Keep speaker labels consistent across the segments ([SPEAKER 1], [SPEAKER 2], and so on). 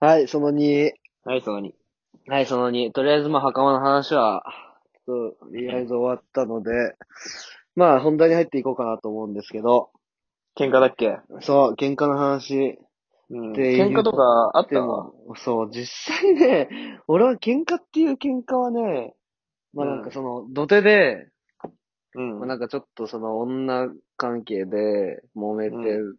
[SPEAKER 1] はい、その2。
[SPEAKER 2] はい、その2。
[SPEAKER 1] はい、その2。とりあえず、まあ、袴の話は、とりあえず終わったので、まあ、本題に入っていこうかなと思うんですけど、
[SPEAKER 2] 喧嘩だっけ
[SPEAKER 1] そう、喧嘩の話。
[SPEAKER 2] うん。
[SPEAKER 1] で
[SPEAKER 2] 喧嘩とかあった
[SPEAKER 1] でも、そう、実際ね、 俺は喧嘩っていう喧嘩はね、まあなんかその、土手で、
[SPEAKER 2] うん
[SPEAKER 1] まあ。なんかちょっ とその女関係で揉めて、
[SPEAKER 2] う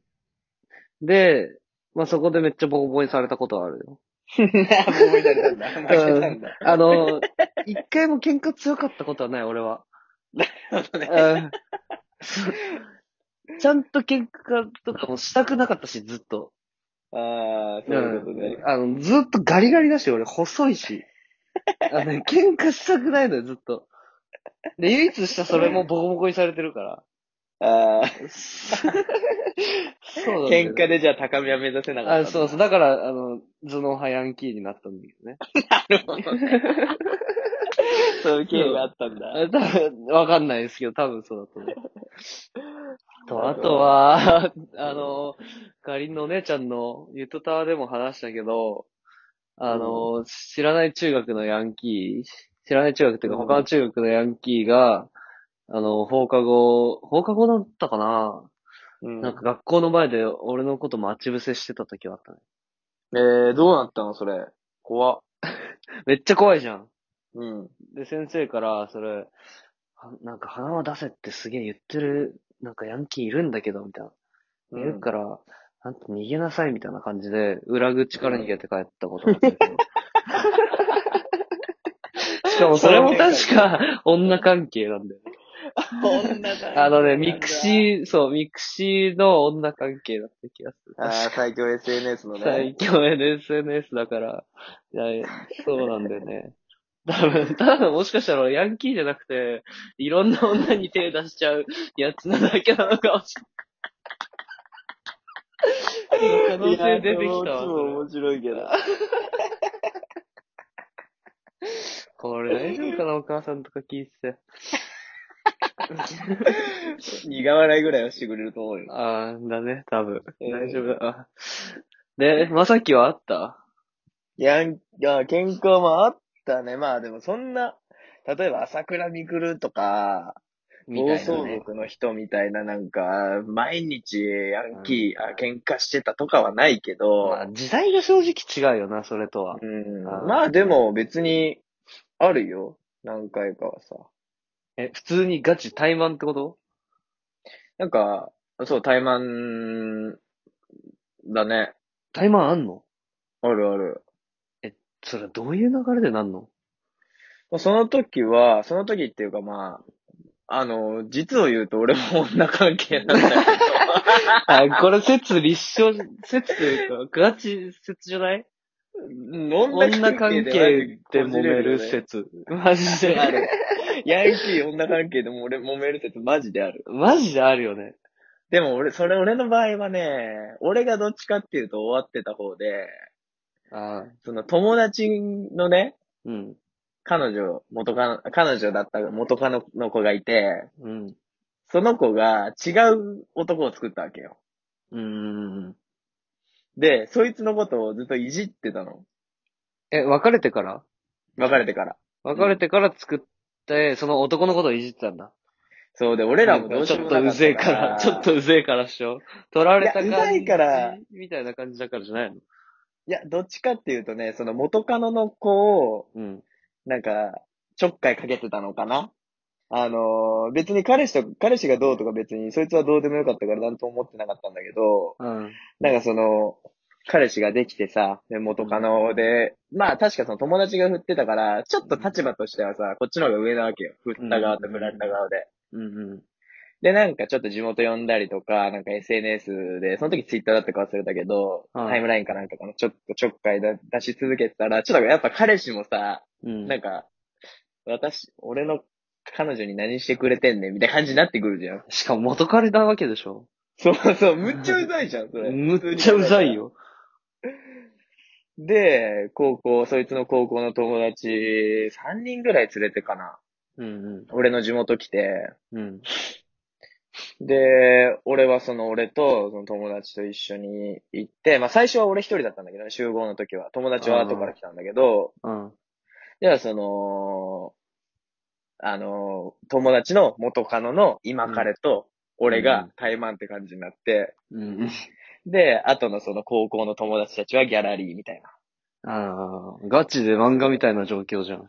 [SPEAKER 1] で、まあそこでめっちゃボコボコにされたことはあるよ。
[SPEAKER 2] 思い出したん だ。負けたんだ。
[SPEAKER 1] あ の、一回も喧嘩強かったことはない、俺は。
[SPEAKER 2] なるほどね
[SPEAKER 1] うんちゃんと喧嘩とかもしたくなかったし、ずっと。
[SPEAKER 2] ああ、そういうことね。
[SPEAKER 1] あの、ずっとガリガリだし、俺、細いし。あのね、喧嘩したくないのよ、ずっと。で、唯一したそれもボコボコにされてる から。
[SPEAKER 2] ああ、
[SPEAKER 1] そうなんだよ
[SPEAKER 2] 喧嘩でじゃあ高みは目指せなかった。
[SPEAKER 1] あ、そうそう。
[SPEAKER 2] だ。
[SPEAKER 1] だから、あの、頭脳派ヤンキーになったんだけどね。
[SPEAKER 2] なるほど。 そういう経緯があったんだ。
[SPEAKER 1] あ 多分、わかんないですけど、多分そうだと 思う。と、あとは、 あの、かりんのお姉ちゃんのゆとたわでも話したけど、あの、知らない中学のヤンキー、知らない中学っていうか
[SPEAKER 2] うん
[SPEAKER 1] 他の中学のヤンキーが、あの、放課後、放課後だったかな、
[SPEAKER 2] うん
[SPEAKER 1] なんか学校の前で俺のこと待ち伏せしてた時はあったね。
[SPEAKER 2] えー、どうなったのそれ。怖っ。
[SPEAKER 1] めっちゃ怖いじゃん。
[SPEAKER 2] うん。
[SPEAKER 1] で、先生から、それ、はなんか鼻は出せってすげえ言ってる、なんかヤンキーいるんだけど、みたいな。
[SPEAKER 2] う
[SPEAKER 1] い
[SPEAKER 2] ん
[SPEAKER 1] るから、あんた逃げなさいみたいな感じで、裏口から逃げて帰ったことがあったけど。 しかもそれも確か女関係なんだよ。あのね、ミクシー、そう、ミクシーの女関係だった気がする。
[SPEAKER 2] ああ、最強 SNS のね。
[SPEAKER 1] 最強 SNS だから。いやいや、そうなんだよね。 多分、多分もしかしたら俺ヤンキーじゃなくて、いろんな女に手出しちゃう やつなだけなのかもしれない。可能性出てきた
[SPEAKER 2] いや
[SPEAKER 1] わ
[SPEAKER 2] ー
[SPEAKER 1] それ。
[SPEAKER 2] 面白いけど。
[SPEAKER 1] これ大丈夫かなお母さんとか聞いてて。
[SPEAKER 2] 苦笑いぐらいはしてくれると思うよ。
[SPEAKER 1] あー、だね、多分。
[SPEAKER 2] うん
[SPEAKER 1] 大丈夫だ。で、まさきはあった
[SPEAKER 2] ヤン、あ喧嘩もあったね。まあでもそんな、例えば朝倉未来とか、
[SPEAKER 1] み
[SPEAKER 2] 暴
[SPEAKER 1] たい
[SPEAKER 2] 走
[SPEAKER 1] な、ね。
[SPEAKER 2] 族の人みたいななんか、毎日ヤンキー、あ喧嘩してたとかはないけど、
[SPEAKER 1] まあ、時代が正直違うよな、それとは。
[SPEAKER 2] うん、
[SPEAKER 1] あー
[SPEAKER 2] まあでも別に、あるよ。何回かはさ。
[SPEAKER 1] え、普通にガチ怠慢ってこと
[SPEAKER 2] なんか、そう、怠慢、だね。
[SPEAKER 1] 怠慢あんの
[SPEAKER 2] あるある。
[SPEAKER 1] それどういう流れでなんの
[SPEAKER 2] まあその時は、その時っていうかまあ、あの、実を言うと俺も女関係なんだけど。
[SPEAKER 1] あ、これ説立証、説というか、ガチ説じゃない
[SPEAKER 2] うん女
[SPEAKER 1] 女関係で揉める
[SPEAKER 2] 説
[SPEAKER 1] 説。マジで
[SPEAKER 2] あ
[SPEAKER 1] あ
[SPEAKER 2] る
[SPEAKER 1] る。。
[SPEAKER 2] ヤンキー女関係でも俺揉める説マジである。
[SPEAKER 1] マジであるよね。
[SPEAKER 2] でも俺、それ俺の場合はね、俺がどっちかっていうと終わってた方で、
[SPEAKER 1] ああ。
[SPEAKER 2] その友達のね、
[SPEAKER 1] うん。
[SPEAKER 2] 彼女、元カノ、彼女だった元カノの子がいて、
[SPEAKER 1] うん。
[SPEAKER 2] その子が違う男を作ったわけよ。
[SPEAKER 1] うん。
[SPEAKER 2] で、そいつのことをずっといじってたの。
[SPEAKER 1] え、別れてから
[SPEAKER 2] 別れてから。
[SPEAKER 1] 別れてから作って、その男のことをいじってたんだ。
[SPEAKER 2] そうで、俺ら
[SPEAKER 1] な
[SPEAKER 2] もど
[SPEAKER 1] ん
[SPEAKER 2] う
[SPEAKER 1] か
[SPEAKER 2] し
[SPEAKER 1] ち
[SPEAKER 2] よう
[SPEAKER 1] ょ
[SPEAKER 2] も
[SPEAKER 1] っとう
[SPEAKER 2] なかった
[SPEAKER 1] ぜえから、ちょっとうぜえからっしょ取られた感
[SPEAKER 2] い
[SPEAKER 1] じ。
[SPEAKER 2] やうざいから
[SPEAKER 1] みたいな感じだからじゃないの
[SPEAKER 2] いや、どっちかっていうとね、その元カノの子を、
[SPEAKER 1] うん。
[SPEAKER 2] なんか、ちょっかいかけてたのかなあのー別に彼氏と、彼氏がどうとか別に、そいつはどうでもよかったからなんとも思ってなかったんだけど、
[SPEAKER 1] うん。
[SPEAKER 2] なんかその、彼氏ができてさ、で元カノで、まあ確かその友達が振ってたから、ちょっと立場としてはさ、こっちの方が上なわけよ。振った側と振られた側で。
[SPEAKER 1] うんうん。
[SPEAKER 2] で、なんかちょっと地元呼んだりとか、なんか SNS で、その時ツイッターだったか忘れたけど、
[SPEAKER 1] はい
[SPEAKER 2] タイムラインかなんかかな、ちょっとちょっかいだ出し続けてたら、ちょっとやっぱ彼氏もさ、
[SPEAKER 1] うん。
[SPEAKER 2] なんか、私、俺の彼女に何してくれてんねんみたいな感じになってくるじゃん。
[SPEAKER 1] しかも元彼なわけでしょ
[SPEAKER 2] そうそう、むっちゃうざいじゃん、それ。
[SPEAKER 1] むっちゃうざい。よ。
[SPEAKER 2] で、高校、そいつの高校の友達、3人ぐらい連れてかな。
[SPEAKER 1] うん
[SPEAKER 2] 俺の地元来て、
[SPEAKER 1] うん。うん。
[SPEAKER 2] で、俺はその俺とその友達と一緒に行って、まあ最初は俺一人だったんだけどね、集合の時は。友達は後から来たんだけど、
[SPEAKER 1] うん。
[SPEAKER 2] ではその、あの、友達の元カノの今彼と俺が対マンって感じになって、
[SPEAKER 1] うん。
[SPEAKER 2] で、後のその高校の友達たちはギャラリーみたい
[SPEAKER 1] ああ、ガチで漫画みたいな状況じゃん。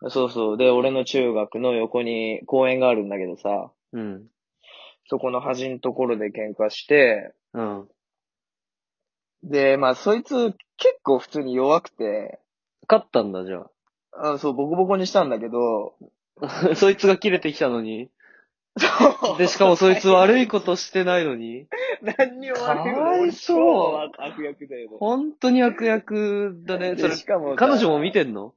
[SPEAKER 2] な。そうそう。で、俺の中学の横に公園があるんだけどさ、
[SPEAKER 1] うん。
[SPEAKER 2] そこの端のところで喧嘩して、
[SPEAKER 1] うん。
[SPEAKER 2] で、まあそいつ結構普通に弱くて、
[SPEAKER 1] 勝ったんだ、じゃ
[SPEAKER 2] あそう、ボコボコにしたんだけど、
[SPEAKER 1] あ。 そいつが切れてきたのに。で、しかもそいつ悪いことしてないのに。
[SPEAKER 2] 何にも悪いこと
[SPEAKER 1] かわいそう
[SPEAKER 2] 超悪役だよね。
[SPEAKER 1] 本当に悪役だね。
[SPEAKER 2] で
[SPEAKER 1] それ
[SPEAKER 2] し、かもさ、
[SPEAKER 1] 彼女も見てんの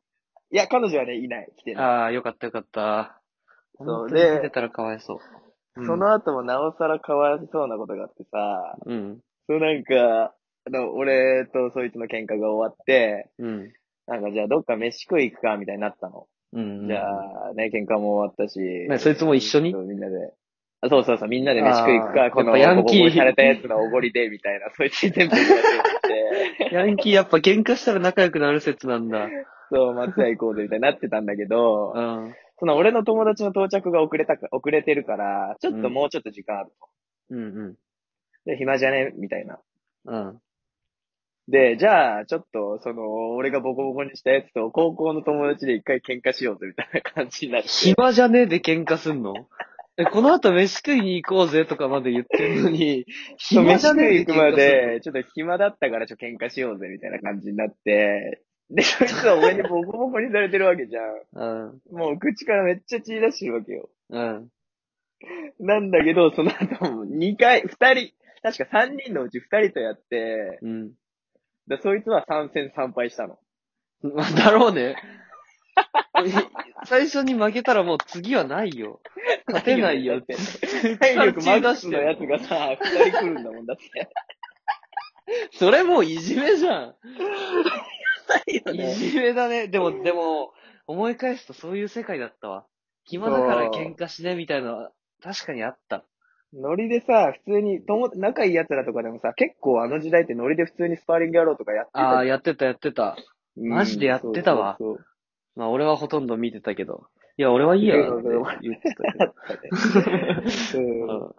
[SPEAKER 2] いや、彼女はね、いない。来てない。
[SPEAKER 1] ああ、よかったよかった。
[SPEAKER 2] そう
[SPEAKER 1] 本当に
[SPEAKER 2] で
[SPEAKER 1] 見てたらかわいそう。うん
[SPEAKER 2] そ、の後もなおさらかわいそうなことがあってさ、
[SPEAKER 1] うん。
[SPEAKER 2] そうなんか、あの俺とそいつの喧嘩が終わって、
[SPEAKER 1] うん。
[SPEAKER 2] なんかじゃあどっか飯食い行くかみたいになったの。
[SPEAKER 1] うん。
[SPEAKER 2] じゃあね、喧嘩も終わったし。
[SPEAKER 1] ねそいつも一緒に
[SPEAKER 2] そうみんなで。あそうそうそう、みんなで飯食い行く
[SPEAKER 1] あ
[SPEAKER 2] か、
[SPEAKER 1] ー
[SPEAKER 2] この
[SPEAKER 1] やっぱヤンキー
[SPEAKER 2] ボコボコにされたやつのおごりで、みたいな、 そいつに全部言われて。
[SPEAKER 1] ヤンキーやっぱ喧嘩したら仲良くなる説なん だ。
[SPEAKER 2] そう、松屋行こうぜ、みたいになってたんだけど、
[SPEAKER 1] うん。
[SPEAKER 2] その俺の友達の到着が遅れたか、遅れてるから、ちょっと
[SPEAKER 1] うん
[SPEAKER 2] もうちょっと時間あると。
[SPEAKER 1] うん
[SPEAKER 2] で、暇じゃねみたいな。
[SPEAKER 1] うん。うん。
[SPEAKER 2] で、じゃあ、ちょっと、その、俺がボコボコにしたやつと、高校の友達で一回喧嘩しようぜ、みたいな感じになって。
[SPEAKER 1] 暇じゃねえで喧嘩す んのえ、この後飯食いに行こうぜとかまで言ってるのに、
[SPEAKER 2] そ
[SPEAKER 1] 暇
[SPEAKER 2] う飯
[SPEAKER 1] じゃ
[SPEAKER 2] 食
[SPEAKER 1] ねえ
[SPEAKER 2] い行
[SPEAKER 1] で
[SPEAKER 2] くま
[SPEAKER 1] 喧嘩すんの
[SPEAKER 2] で、ちょっと暇だったからちょっと喧嘩しようぜ、みたいな感じになって、で、そいつは俺にボコボコにされてるわけじゃん。
[SPEAKER 1] うん。
[SPEAKER 2] もう口からめっちゃ血出してるわけよ。
[SPEAKER 1] うん。
[SPEAKER 2] なんだけど、その後も2回、2人、確か3人のうち2人とやって、
[SPEAKER 1] うん。
[SPEAKER 2] でそいつは3戦3敗したの。
[SPEAKER 1] まあだろう ね。最初に負けたらもう次はないよ。勝てないよって。
[SPEAKER 2] 体力マ
[SPEAKER 1] 血出
[SPEAKER 2] ックス
[SPEAKER 1] して
[SPEAKER 2] のやつがさ、二人来るんだもんだって。
[SPEAKER 1] それもういじめじゃん。
[SPEAKER 2] よね
[SPEAKER 1] いじめだね。でも、でも、思い返すとそういう世界だったわ。暇だから喧嘩しね、みたいなのは、確かにあった。
[SPEAKER 2] ノリでさ、普通に、とも、仲いい奴らとかでもさ、結構あの時代ってノリで普通にスパーリングやろうとかやってたじゃん
[SPEAKER 1] ああ、やってた、やってた。マジでやってたわ
[SPEAKER 2] うんそう
[SPEAKER 1] まあ、俺はほとんど見てたけど。いや、俺はいいや、って言ってたけど。
[SPEAKER 2] そうそううん
[SPEAKER 1] うん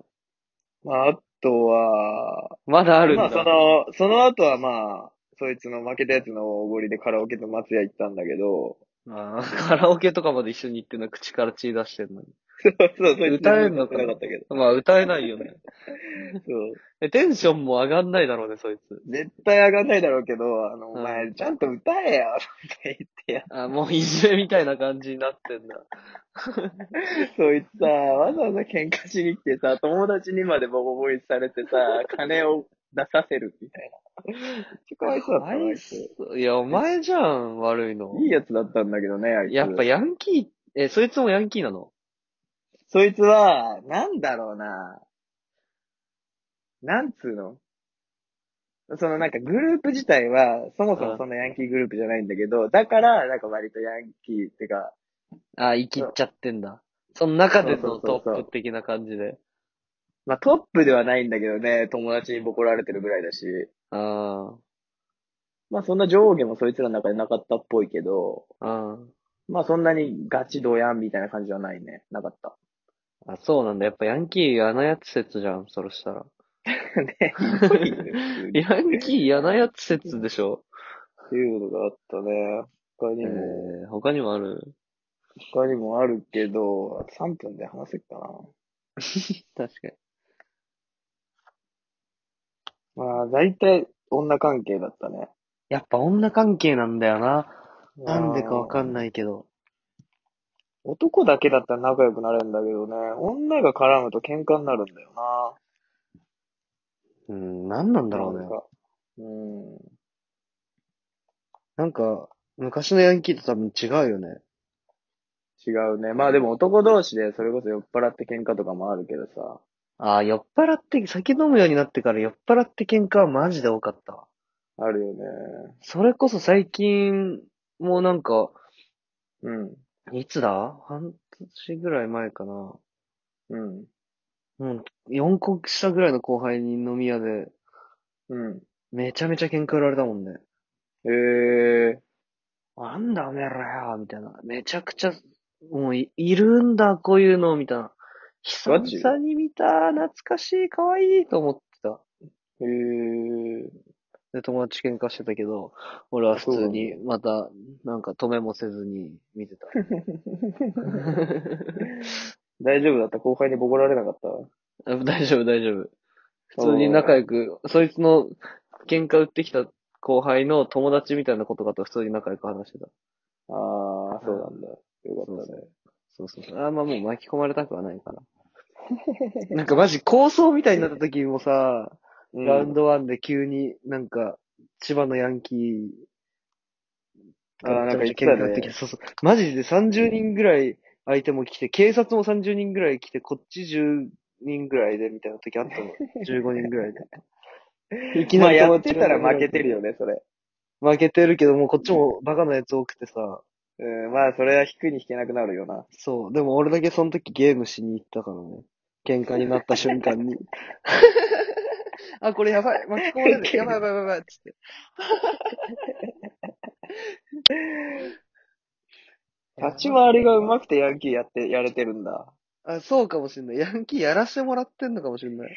[SPEAKER 2] まあ、あとは、
[SPEAKER 1] まだあるん
[SPEAKER 2] ま
[SPEAKER 1] だ。
[SPEAKER 2] あ、その、その後はまあ、そいつの負けたやつのおごりでカラオケと松屋行ったんだけど、
[SPEAKER 1] ああカラオケとかまで一緒に行ってんの、口から血出してんのに。
[SPEAKER 2] そう、そいつ
[SPEAKER 1] 歌えんのか
[SPEAKER 2] なかったけど。
[SPEAKER 1] まあ、歌えないよね。
[SPEAKER 2] そう。
[SPEAKER 1] え、テンションも上がんないだろうね、そいつ。
[SPEAKER 2] 絶対上がんないだろうけど、あの、お
[SPEAKER 1] うん
[SPEAKER 2] 前、ちゃんと歌えよ、とか言ってや
[SPEAKER 1] あ、もういじめみたいな感じになってんだ。
[SPEAKER 2] そいつさ、わざわざ喧嘩しに来てさ、友達にまでボコボコにされてさ、金を出させるみたいな。めっちゃかわいそうだったなあいつい
[SPEAKER 1] そういや、お前じゃん、悪いの。
[SPEAKER 2] いやつだったんだけどね、あいつ。
[SPEAKER 1] やっぱヤンキー、え、そいつもヤンキーなの
[SPEAKER 2] そいつは、なんだろうな。なんつうのそのなんかグループ自体は、そもそもそんなヤンキーグループじゃないんだけど、だから、なんか割とヤンキーってか、
[SPEAKER 1] あ、生きっちゃってんだ。その中で
[SPEAKER 2] そ
[SPEAKER 1] の
[SPEAKER 2] うそう
[SPEAKER 1] ト
[SPEAKER 2] そうそう
[SPEAKER 1] ップ的な感じで。
[SPEAKER 2] まあトップではないんだけどね、友達にボコられてるぐらいだし。
[SPEAKER 1] あ
[SPEAKER 2] まあそんな上下もそいつらの中でなかったっぽいけど、
[SPEAKER 1] あ、うん。
[SPEAKER 2] まあそんなにガチドヤンみたいな感じはないね。なかった。
[SPEAKER 1] あ、そうなんだ。やっぱヤンキー嫌なやつ説じゃん、それしたら。
[SPEAKER 2] ね、ひど いね普通に
[SPEAKER 1] ヤンキー嫌なやつ説でしょ。
[SPEAKER 2] っていうのがあったね。他
[SPEAKER 1] え
[SPEAKER 2] にも、
[SPEAKER 1] ー、他にもある。
[SPEAKER 2] 他にもあるけど、3分で話せっかな。
[SPEAKER 1] 確かに。
[SPEAKER 2] まあ大体女関係だったね。
[SPEAKER 1] やっぱ女関係なんだよな。なんでかわかん
[SPEAKER 2] い。
[SPEAKER 1] ないけど。
[SPEAKER 2] 男だけだったら仲良くなれるんだけどね、女が絡むと喧嘩になるんだよな。
[SPEAKER 1] うん、なんなんだろう
[SPEAKER 2] なん
[SPEAKER 1] ね。
[SPEAKER 2] か。うん。
[SPEAKER 1] なんか、昔のヤンキーと多分違うよね。
[SPEAKER 2] 違うね。まあでも男同士でそれこそ酔っ払って喧嘩とかもあるけどさ。
[SPEAKER 1] ああ、酔っ払って、酒飲むようになってから酔っ払って喧嘩はマジで多かったわ。
[SPEAKER 2] あるよね。
[SPEAKER 1] それこそ最近、もうなんか、
[SPEAKER 2] うん。
[SPEAKER 1] いつだ半年ぐらい前かな。
[SPEAKER 2] うん。
[SPEAKER 1] もう、4個下ぐらいの後輩に飲み屋で、
[SPEAKER 2] うん。
[SPEAKER 1] めちゃめちゃ喧嘩売られたもんね。
[SPEAKER 2] ええ
[SPEAKER 1] なんだおめえらよ、みたいな。めちゃくちゃ、もうい、いるんだ、こういうの、みたいな。久
[SPEAKER 2] ガチ
[SPEAKER 1] 々に見た、懐かしい、可愛いと思ってた。
[SPEAKER 2] ええ
[SPEAKER 1] で、友達喧嘩してたけど、俺は普通に、また、なんか止めもせずに見てた。
[SPEAKER 2] 大丈夫だった後輩にボコられなかった
[SPEAKER 1] あ大丈夫、大丈夫。普通に仲良く、そいつの喧嘩売ってきた後輩の友達みたいなことかと普通に仲良く話してた。
[SPEAKER 2] ああ、そうなんだ。よかった
[SPEAKER 1] そう
[SPEAKER 2] ね。
[SPEAKER 1] そうそうそう。あんまもう巻き込まれたくはない から。なんかマジ構想みたいになった時もさ、
[SPEAKER 2] うん
[SPEAKER 1] ラウンドワンで急になんか、千葉のヤンキー
[SPEAKER 2] あーなんか言って
[SPEAKER 1] 喧
[SPEAKER 2] た
[SPEAKER 1] 嘩売ってきて、
[SPEAKER 2] ね。
[SPEAKER 1] そうそう。マジで30人ぐらい相手も来て、警察も30人ぐらい来て、こっち10人ぐらいでみたいな時あったの。15人ぐ らいで。い
[SPEAKER 2] まあやってたら負けてるよね、それ。
[SPEAKER 1] 負けてるけど、もうこっちもバカなやつ多くてさ。
[SPEAKER 2] うん、まあそれは引くに引けなくなるよな。
[SPEAKER 1] そう。でも俺だけその時ゲームしに行ったからね。喧嘩になった瞬間に。 あ、これやばい。巻き込まれる。やばいやばいやばいやばい。つ って。
[SPEAKER 2] 立ち回りが上手くてヤンキーやって、やれてるんだ。
[SPEAKER 1] あ、そうかもしんない。ヤンキーやらしてもらってんのかもしんない。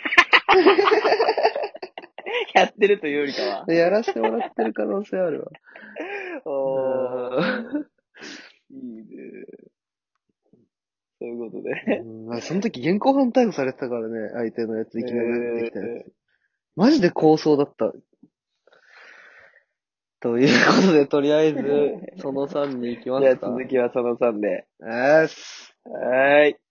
[SPEAKER 2] やってるというよりかは。
[SPEAKER 1] やらしてもらってる可能性あるわ。
[SPEAKER 2] おー、
[SPEAKER 1] う
[SPEAKER 2] いいね。そういうこと で。
[SPEAKER 1] んまあその時現行犯逮捕されてたからね、相手のやつ、いきなり出てきたやつ。
[SPEAKER 2] え
[SPEAKER 1] マジで構想だった。ということで、とりあえず、その3に行き
[SPEAKER 2] ー
[SPEAKER 1] ま
[SPEAKER 2] じゃあ
[SPEAKER 1] すか。
[SPEAKER 2] 続きはその3で。
[SPEAKER 1] えーす。
[SPEAKER 2] はーい。